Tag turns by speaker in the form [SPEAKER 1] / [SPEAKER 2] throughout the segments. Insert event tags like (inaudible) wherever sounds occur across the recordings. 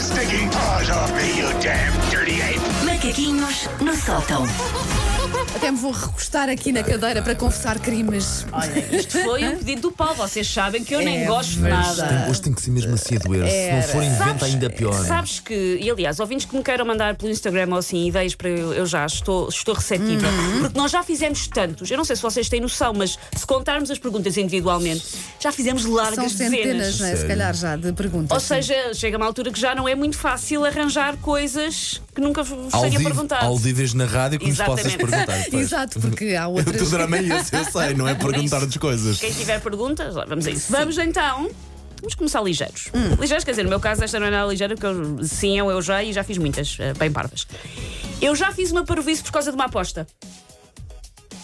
[SPEAKER 1] stinking paws off me, you damn dirty ape!
[SPEAKER 2] Macaquinhos no sótão.
[SPEAKER 3] Até me vou recostar aqui na cadeira para confessar crimes.
[SPEAKER 4] Olha, isto foi um pedido do pau. Vocês sabem que eu nem
[SPEAKER 3] É
[SPEAKER 4] gosto de nada.
[SPEAKER 5] Hoje tem que ser mesmo assim a doer. Se não for invento, ainda pior.
[SPEAKER 4] Sabes que, e aliás, ouvintes que me queiram mandar pelo Instagram ou assim ideias para eu, eu já estou, estou receptiva. Porque nós já fizemos tantos. Eu não sei se vocês têm noção, mas se contarmos as perguntas individualmente, já fizemos
[SPEAKER 3] São
[SPEAKER 4] largas
[SPEAKER 3] centenas,
[SPEAKER 4] dezenas.
[SPEAKER 3] não é? se calhar já, de perguntas.
[SPEAKER 4] Ou seja, chega uma altura que já não é muito fácil arranjar coisas que nunca vos
[SPEAKER 5] Ao
[SPEAKER 4] tenha
[SPEAKER 5] vivo,
[SPEAKER 4] perguntado.
[SPEAKER 5] ao vivo és na rádio que nos possas
[SPEAKER 4] Exatamente.
[SPEAKER 5] perguntar. pois. (laughs)
[SPEAKER 3] Exato, porque há
[SPEAKER 5] O teu
[SPEAKER 3] outras.
[SPEAKER 5] drama é esse, eu sei, não é perguntar-nos coisas.
[SPEAKER 4] Quem tiver perguntas, lá, vamos a isso. Vamos então. Vamos começar ligeiros.
[SPEAKER 6] Hum.
[SPEAKER 4] Ligeiros, quer dizer, no meu caso, esta não é nada ligeira, porque eu, sim, eu, eu já e já fiz muitas, eh, bem parvas. Eu já fiz uma parvoíce por causa de uma aposta.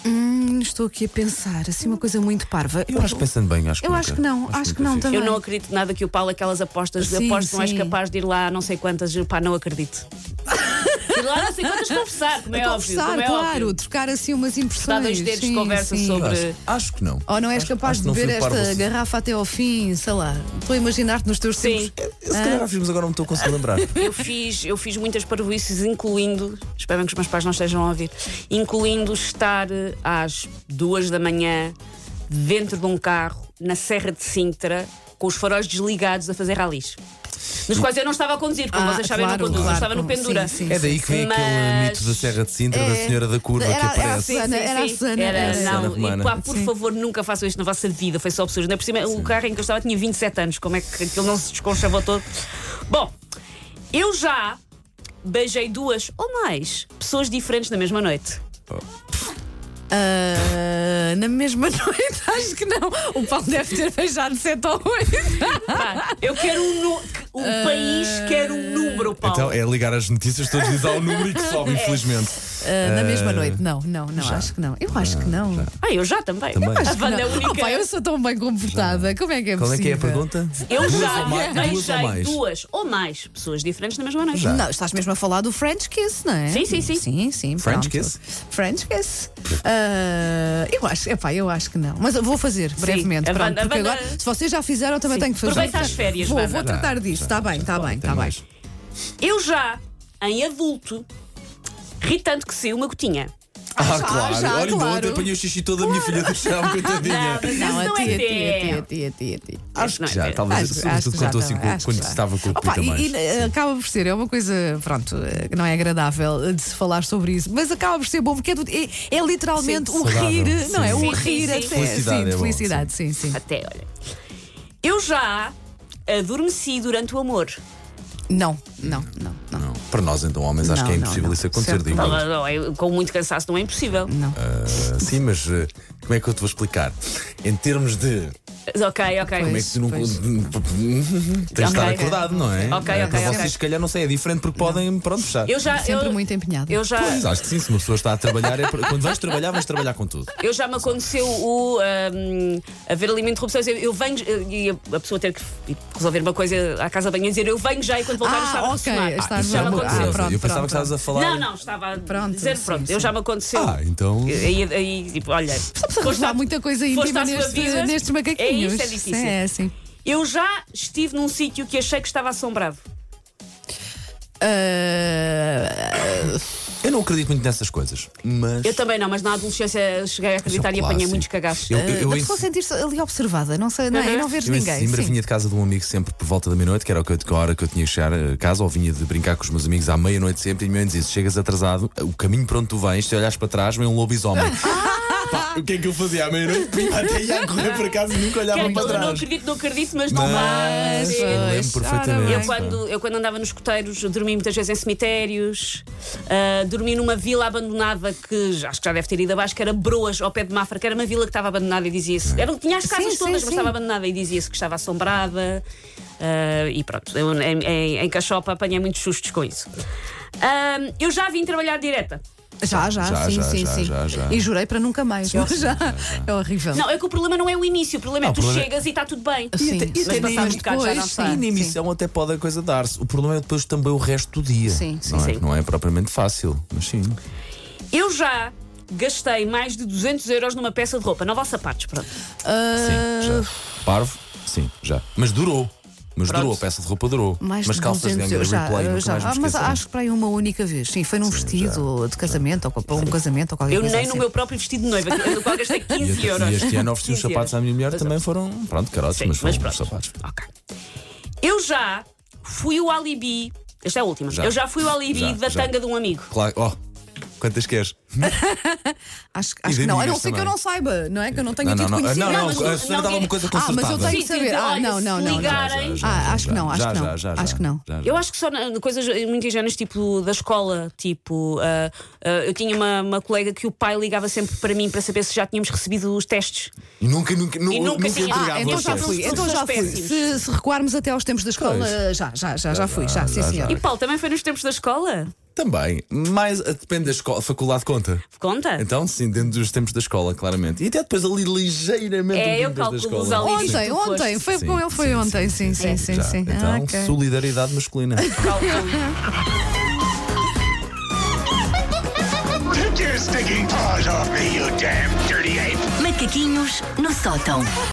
[SPEAKER 6] Hum, Estou aqui a pensar, assim, uma coisa muito parva.
[SPEAKER 5] Eu acho pensando bem, acho que
[SPEAKER 6] Eu acho
[SPEAKER 5] nunca-
[SPEAKER 6] que não, acho, que não
[SPEAKER 5] nunca
[SPEAKER 6] também.
[SPEAKER 4] Eu não acredito nada que o Paulo, aquelas apostas,
[SPEAKER 6] Sim,
[SPEAKER 4] aposto que não és
[SPEAKER 6] sim.
[SPEAKER 4] capaz de ir lá não sei quantas, pá,
[SPEAKER 6] (laughs)
[SPEAKER 4] não acredito. ir lá não sei quantas conversar, como é óbvio.
[SPEAKER 6] Conversar,
[SPEAKER 4] como é
[SPEAKER 6] claro,
[SPEAKER 4] óbvio.
[SPEAKER 6] trocar assim umas impressões.
[SPEAKER 4] Dá dois dedos de
[SPEAKER 6] sim,
[SPEAKER 4] conversa
[SPEAKER 6] sim.
[SPEAKER 4] sobre.
[SPEAKER 5] fiz. Eu Acho, acho que não.
[SPEAKER 3] Ou não és
[SPEAKER 5] Acho-
[SPEAKER 3] capaz
[SPEAKER 5] acho
[SPEAKER 3] de
[SPEAKER 5] que não
[SPEAKER 3] beber
[SPEAKER 5] fui
[SPEAKER 3] esta
[SPEAKER 5] parvo.
[SPEAKER 3] garrafa até ao fim, sei lá. Estou a imaginar-te nos teus
[SPEAKER 4] Sim.
[SPEAKER 3] tempos.
[SPEAKER 5] Eu, se
[SPEAKER 6] ah.
[SPEAKER 5] calhar vimos agora, não me estou a É conseguir
[SPEAKER 6] (laughs)
[SPEAKER 5] lembrar.
[SPEAKER 4] Eu fiz, eu fiz muitas parvoíces, incluindo, espero bem que os meus pais não estejam a ouvir, incluindo estar eh, às duas da manhã dentro de um carro na Serra de Sintra com os faróis desligados a fazer ralis. Nos quais eu não estava a conduzir, como
[SPEAKER 3] Ah,
[SPEAKER 4] vocês sabem, eu
[SPEAKER 3] claro,
[SPEAKER 4] não conduzo, eu
[SPEAKER 3] claro.
[SPEAKER 4] estava no pendura.
[SPEAKER 3] Sim, sim.
[SPEAKER 5] É daí que vem aquele
[SPEAKER 4] Mas-
[SPEAKER 5] mito da Serra de Sintra, da
[SPEAKER 3] É.
[SPEAKER 5] Senhora da Curva
[SPEAKER 3] Era-
[SPEAKER 5] que
[SPEAKER 3] era
[SPEAKER 5] aparece.
[SPEAKER 3] assim. Susana, era a Susana, era a
[SPEAKER 5] Susana
[SPEAKER 4] não,
[SPEAKER 5] Romana.
[SPEAKER 4] e pá, por favor, nunca façam isto na vossa vida, foi só absurdo. Ainda por cima, o carro em que eu estava tinha 27 anos, como é que aquilo não se desconchavou todo? Bom, eu já beijei duas ou mais pessoas diferentes na mesma noite.
[SPEAKER 6] assim. Ah, na mesma (laughs) noite, acho que não. O Paulo deve ter beijado sete ou
[SPEAKER 3] Ah.
[SPEAKER 6] oito.
[SPEAKER 4] Pá, eu quero um, nu- um país, quero um número, Paulo.
[SPEAKER 5] Então é ligar as notícias todos os dias ao número e
[SPEAKER 6] (laughs)
[SPEAKER 5] que
[SPEAKER 6] É.
[SPEAKER 5] sobe, infelizmente.
[SPEAKER 3] Ah, na mesma noite. Não, não, não, acho que não. Eu acho que não.
[SPEAKER 4] Ah, eu já também.
[SPEAKER 5] Também.
[SPEAKER 4] A banda
[SPEAKER 3] Não.
[SPEAKER 4] única.
[SPEAKER 3] Oh, pá, eu sou tão bem comportada. Como é que é
[SPEAKER 5] Qual é que é
[SPEAKER 3] possível?
[SPEAKER 5] a pergunta?
[SPEAKER 4] Eu
[SPEAKER 5] Duas
[SPEAKER 4] já
[SPEAKER 5] ou mais-
[SPEAKER 4] beijei
[SPEAKER 5] duas ou mais?
[SPEAKER 4] ou mais pessoas diferentes na mesma noite.
[SPEAKER 3] Não, estás mesmo a falar do French Kiss, não é?
[SPEAKER 4] Sim, sim, sim.
[SPEAKER 3] Sim, sim.
[SPEAKER 5] French
[SPEAKER 3] pronto.
[SPEAKER 5] kiss?
[SPEAKER 3] French Kiss. Ah, eu acho, epá, eu acho que não. Mas eu vou fazer brevemente.
[SPEAKER 4] a
[SPEAKER 3] pronto,
[SPEAKER 4] banda- a
[SPEAKER 3] porque
[SPEAKER 4] banda-
[SPEAKER 3] agora, se vocês já fizeram, eu também
[SPEAKER 4] Sim.
[SPEAKER 3] tenho que fazer. um
[SPEAKER 4] Aproveita as férias,
[SPEAKER 3] Vou,
[SPEAKER 4] Wanda.
[SPEAKER 3] vou tratar disso. Está bem, está
[SPEAKER 6] Tá
[SPEAKER 3] bem, está bem.
[SPEAKER 4] Eu já, em adulto, ri tanto que saiu uma gotinha.
[SPEAKER 5] Ah,
[SPEAKER 3] já,
[SPEAKER 5] claro.
[SPEAKER 3] já,
[SPEAKER 5] Olha,
[SPEAKER 3] claro.
[SPEAKER 5] ainda ontem apanhei o xixi toda a minha filha do chão, coitadinha.
[SPEAKER 4] mas
[SPEAKER 3] Não,
[SPEAKER 4] isso
[SPEAKER 3] a
[SPEAKER 4] não é
[SPEAKER 3] tia,
[SPEAKER 4] teu.
[SPEAKER 3] tia, tia, tia, tia, tia.
[SPEAKER 5] Acho que
[SPEAKER 4] Não,
[SPEAKER 5] já,
[SPEAKER 4] é-
[SPEAKER 5] talvez,
[SPEAKER 3] Acho-
[SPEAKER 5] sobretudo
[SPEAKER 3] acho que
[SPEAKER 5] quando,
[SPEAKER 3] já
[SPEAKER 5] estou assim,
[SPEAKER 3] tá,
[SPEAKER 5] com-
[SPEAKER 3] acho que
[SPEAKER 5] quando
[SPEAKER 3] já.
[SPEAKER 5] estava com o
[SPEAKER 3] Opa,
[SPEAKER 5] pica
[SPEAKER 3] e-
[SPEAKER 5] mais.
[SPEAKER 3] e, eh, acaba por ser, é uma coisa, pronto, eh, que não é agradável eh, de se falar sobre isso, mas acaba por ser bom, porque é, do- é- é literalmente o
[SPEAKER 5] Saudável,
[SPEAKER 3] rir,
[SPEAKER 5] sim.
[SPEAKER 3] não é?
[SPEAKER 4] Sim,
[SPEAKER 3] O
[SPEAKER 4] sim,
[SPEAKER 3] rir
[SPEAKER 4] sim.
[SPEAKER 3] até.
[SPEAKER 5] Felicidade
[SPEAKER 3] sim,
[SPEAKER 5] é bom,
[SPEAKER 3] felicidade, sim, sim.
[SPEAKER 4] Até, olha. Eu já adormeci durante o amor.
[SPEAKER 3] Não, não, não, não.
[SPEAKER 5] Não, Para nós, então, homens, acho
[SPEAKER 3] Não,
[SPEAKER 5] que é
[SPEAKER 3] não,
[SPEAKER 5] impossível
[SPEAKER 3] não.
[SPEAKER 5] isso acontecer.
[SPEAKER 3] Certo.
[SPEAKER 5] Digo,
[SPEAKER 4] Não, não, não, é- com muito cansaço não é impossível.
[SPEAKER 5] Ah, sim, mas ah, como é que eu te vou explicar? Em termos de.
[SPEAKER 4] Ok, ok.
[SPEAKER 5] Como é que tu não. (laughs) Tens de estar
[SPEAKER 4] Ok.
[SPEAKER 5] acordado, não é?
[SPEAKER 4] Ok,
[SPEAKER 5] Ah,
[SPEAKER 4] ok,
[SPEAKER 5] Para
[SPEAKER 4] ok.
[SPEAKER 5] vocês, se calhar, não sei, é diferente porque podem, pronto, fechar.
[SPEAKER 4] Eu já,
[SPEAKER 3] Sempre
[SPEAKER 4] eu,
[SPEAKER 3] muito empenhada.
[SPEAKER 4] eu já,
[SPEAKER 5] Pois, acho que sim, se uma pessoa está a trabalhar, é por- quando vais trabalhar, vais trabalhar com tudo.
[SPEAKER 4] eu já me aconteceu o ahm, haver ali uma interrupção. Eu, eu venho e a- a pessoa ter que resolver uma coisa à casa bem e dizer eu venho já e quando voltar eu estava
[SPEAKER 3] Ah, ok,
[SPEAKER 4] a ressonar.
[SPEAKER 3] estava-
[SPEAKER 4] já me
[SPEAKER 3] Ah,
[SPEAKER 4] aconteceu.
[SPEAKER 5] é
[SPEAKER 3] pronto,
[SPEAKER 5] eu pensava
[SPEAKER 3] pronto,
[SPEAKER 5] que estavas a falar.
[SPEAKER 4] Não, não, estava a
[SPEAKER 3] Pronto,
[SPEAKER 4] dizer
[SPEAKER 3] sim,
[SPEAKER 4] pronto,
[SPEAKER 3] sim.
[SPEAKER 4] eu já me aconteceu.
[SPEAKER 5] Ah, então.
[SPEAKER 4] Aí, aí, tipo, olha,
[SPEAKER 3] Precisa
[SPEAKER 4] foste à-
[SPEAKER 3] revelar muita coisa
[SPEAKER 4] foste
[SPEAKER 3] íntima
[SPEAKER 4] à sua
[SPEAKER 3] neste,
[SPEAKER 4] vida.
[SPEAKER 3] nestes macaquinhos.
[SPEAKER 4] É isso, é difícil.
[SPEAKER 3] Sim, é, sim.
[SPEAKER 4] Eu já estive num sítio que achei que estava assombrado.
[SPEAKER 3] Ah,
[SPEAKER 5] Eu não acredito muito nessas coisas, mas.
[SPEAKER 4] Eu também não, mas na adolescência
[SPEAKER 3] é
[SPEAKER 4] cheguei a
[SPEAKER 3] um
[SPEAKER 4] acreditar
[SPEAKER 5] São
[SPEAKER 4] e apanhei
[SPEAKER 5] clássicos.
[SPEAKER 4] muitos cagachos.
[SPEAKER 5] Eu, eu, eu,
[SPEAKER 3] a
[SPEAKER 5] em-
[SPEAKER 3] Ah, pessoa sentir-se ali observada, não sei,
[SPEAKER 4] Uhum.
[SPEAKER 3] não, é? E não veres
[SPEAKER 5] Eu em
[SPEAKER 3] ninguém.
[SPEAKER 5] Coimbra
[SPEAKER 3] sim.
[SPEAKER 5] vinha de casa de um amigo sempre por volta da meia-noite, que era o que eu- que a hora que eu tinha que chegar a casa, ou vinha de brincar com os meus amigos à meia-noite sempre, e me dizia: se chegas atrasado, o caminho para onde tu vens, se olhares para trás, vem
[SPEAKER 3] (laughs)
[SPEAKER 5] um lobisomem. Pá, o que é que eu fazia à meia-noite? Até ia a correr para casa e nunca
[SPEAKER 4] Quer-
[SPEAKER 5] olhava
[SPEAKER 4] eu
[SPEAKER 5] para
[SPEAKER 4] não
[SPEAKER 5] trás.
[SPEAKER 4] acredito, não acredito, mas não vai.
[SPEAKER 5] Mas eu lembro
[SPEAKER 3] pois,
[SPEAKER 5] perfeitamente.
[SPEAKER 3] ora
[SPEAKER 4] Eu
[SPEAKER 3] bem.
[SPEAKER 5] pá.
[SPEAKER 4] quando, eu quando andava nos coteiros, dormi muitas vezes em cemitérios, ah, dormi numa vila abandonada que já- acho que já deve ter ido abaixo, que era Broas, ao pé de Mafra, que era uma vila que estava abandonada e dizia-se. Era, tinha as casas
[SPEAKER 3] Sim,
[SPEAKER 4] todas,
[SPEAKER 3] sim,
[SPEAKER 4] mas
[SPEAKER 3] sim.
[SPEAKER 4] estava abandonada e dizia-se que estava assombrada. ah, e pronto, eu, em, em, em Cachopa apanhei muitos sustos com isso. Ah, eu já vim trabalhar direta.
[SPEAKER 3] Já, já,
[SPEAKER 5] Já,
[SPEAKER 3] sim,
[SPEAKER 5] já,
[SPEAKER 3] sim,
[SPEAKER 5] já,
[SPEAKER 3] sim.
[SPEAKER 5] já, já.
[SPEAKER 3] E jurei para nunca mais. mas (laughs) já, É horrível.
[SPEAKER 4] Não, é que o problema não é o início, o problema
[SPEAKER 5] Não,
[SPEAKER 4] é
[SPEAKER 5] o
[SPEAKER 4] que tu
[SPEAKER 5] problema-
[SPEAKER 4] chegas e está tudo bem.
[SPEAKER 3] Sim,
[SPEAKER 4] mas
[SPEAKER 3] sim.
[SPEAKER 4] passado um
[SPEAKER 3] Mas
[SPEAKER 4] bocado já não
[SPEAKER 3] depois,
[SPEAKER 4] está.
[SPEAKER 5] E na
[SPEAKER 3] sim.
[SPEAKER 5] emissão até pode a coisa dar-se. O problema é depois também o resto do dia.
[SPEAKER 3] Sim, sim,
[SPEAKER 5] não, é,
[SPEAKER 4] sim.
[SPEAKER 5] não é propriamente fácil, mas sim.
[SPEAKER 4] Eu já gastei mais de 200 euros numa peça de roupa, não vá sapatos, pronto.
[SPEAKER 3] Ah,
[SPEAKER 5] Sim, já. Parvo? Sim, já. Mas durou. Mas
[SPEAKER 4] Pronto.
[SPEAKER 5] durou, a peça de roupa durou.
[SPEAKER 3] Mais
[SPEAKER 5] mas
[SPEAKER 3] de
[SPEAKER 5] calças de
[SPEAKER 3] 200
[SPEAKER 5] gangue da
[SPEAKER 3] euros. Já,
[SPEAKER 5] Replay, nunca
[SPEAKER 3] já.
[SPEAKER 5] mais é? me
[SPEAKER 3] Ah, mas
[SPEAKER 5] esqueço.
[SPEAKER 3] acho que para aí uma única vez. Sim, foi num vestido ou de casamento ou para um casamento ou qualquer
[SPEAKER 4] Eu
[SPEAKER 3] coisa.
[SPEAKER 4] nem no
[SPEAKER 3] assim.
[SPEAKER 4] meu próprio vestido de noiva, tipo, no qual
[SPEAKER 5] (laughs)
[SPEAKER 4] gastei
[SPEAKER 5] é, E
[SPEAKER 4] 15
[SPEAKER 5] até-
[SPEAKER 4] euros.
[SPEAKER 5] E este
[SPEAKER 3] (laughs)
[SPEAKER 5] ano ofereci os
[SPEAKER 4] 15
[SPEAKER 5] sapatos à
[SPEAKER 4] euros.
[SPEAKER 5] minha mulher,
[SPEAKER 4] Mas
[SPEAKER 5] também foram, pronto, carotes,
[SPEAKER 4] Sim,
[SPEAKER 5] mas foram
[SPEAKER 4] mas pronto.
[SPEAKER 5] sapatos.
[SPEAKER 4] Ok. Eu já fui o alibi. Esta é a última.
[SPEAKER 5] Já.
[SPEAKER 4] Eu já fui o alibi
[SPEAKER 5] Já,
[SPEAKER 4] da
[SPEAKER 5] já.
[SPEAKER 4] tanga de um amigo.
[SPEAKER 5] Claro, oh, ó, quantas queres?
[SPEAKER 3] Acho,
[SPEAKER 5] E
[SPEAKER 3] acho
[SPEAKER 5] de
[SPEAKER 3] que não. A
[SPEAKER 5] amigas
[SPEAKER 3] não ser que eu
[SPEAKER 5] também.
[SPEAKER 3] não saiba, não é? Que eu não tenha
[SPEAKER 5] Não, não,
[SPEAKER 3] tido
[SPEAKER 5] não,
[SPEAKER 3] conhecimento.
[SPEAKER 5] não, não,
[SPEAKER 4] mas
[SPEAKER 5] a
[SPEAKER 4] não-
[SPEAKER 5] senhora
[SPEAKER 4] não-
[SPEAKER 5] dava uma coisa
[SPEAKER 3] Ah, mas eu
[SPEAKER 5] consertada.
[SPEAKER 3] tenho que
[SPEAKER 4] Sim, sim,
[SPEAKER 3] saber. Ah,
[SPEAKER 4] olha,
[SPEAKER 3] não, não,
[SPEAKER 4] se
[SPEAKER 3] não. não.
[SPEAKER 5] Já, já,
[SPEAKER 4] ligarem-
[SPEAKER 5] já,
[SPEAKER 3] Ah,
[SPEAKER 5] já,
[SPEAKER 3] acho que
[SPEAKER 5] já,
[SPEAKER 3] não, acho
[SPEAKER 5] já,
[SPEAKER 3] que não.
[SPEAKER 5] já, já,
[SPEAKER 3] Acho
[SPEAKER 5] já,
[SPEAKER 3] que não.
[SPEAKER 5] já, já.
[SPEAKER 4] Eu acho que só na- coisas muito ingênuas, tipo da escola. Tipo, ah, ah, eu tinha uma, uma colega que o pai ligava sempre para mim para saber se já tínhamos recebido os testes.
[SPEAKER 5] E nunca, nunca, nu-
[SPEAKER 4] nunca
[SPEAKER 5] nunca
[SPEAKER 4] tinha-
[SPEAKER 5] entregava
[SPEAKER 3] Ah, então
[SPEAKER 5] os
[SPEAKER 3] já
[SPEAKER 5] testes.
[SPEAKER 3] fui, então
[SPEAKER 4] São
[SPEAKER 3] já fui.
[SPEAKER 4] péssimos.
[SPEAKER 3] Se, se recuarmos até aos tempos da escola,
[SPEAKER 5] Pois.
[SPEAKER 3] já, já, já, já fui, já, sim,
[SPEAKER 5] já, já.
[SPEAKER 4] E
[SPEAKER 3] senhora.
[SPEAKER 4] Paulo, também foi nos tempos da escola?
[SPEAKER 5] Também, mas ah, depende da escola, faculdade conta.
[SPEAKER 4] Conta?
[SPEAKER 5] Então, sim, dentro dos tempos da escola, claramente. E até depois ali ligeiramente.
[SPEAKER 4] É, eu
[SPEAKER 5] dentro da
[SPEAKER 4] calculo os
[SPEAKER 5] escola.
[SPEAKER 4] alívios. Sim.
[SPEAKER 3] Ontem,
[SPEAKER 4] Tu
[SPEAKER 3] ontem,
[SPEAKER 4] foste.
[SPEAKER 3] foi
[SPEAKER 5] Sim,
[SPEAKER 3] com ele, foi
[SPEAKER 5] sim,
[SPEAKER 3] ontem, sim, sim, sim,
[SPEAKER 5] Já.
[SPEAKER 3] sim.
[SPEAKER 5] Então,
[SPEAKER 3] Ah, ok. (laughs)
[SPEAKER 5] solidariedade masculina.
[SPEAKER 1] Take your stinking paws off me, you damn dirty ape!
[SPEAKER 2] Macaquinhos no sótão.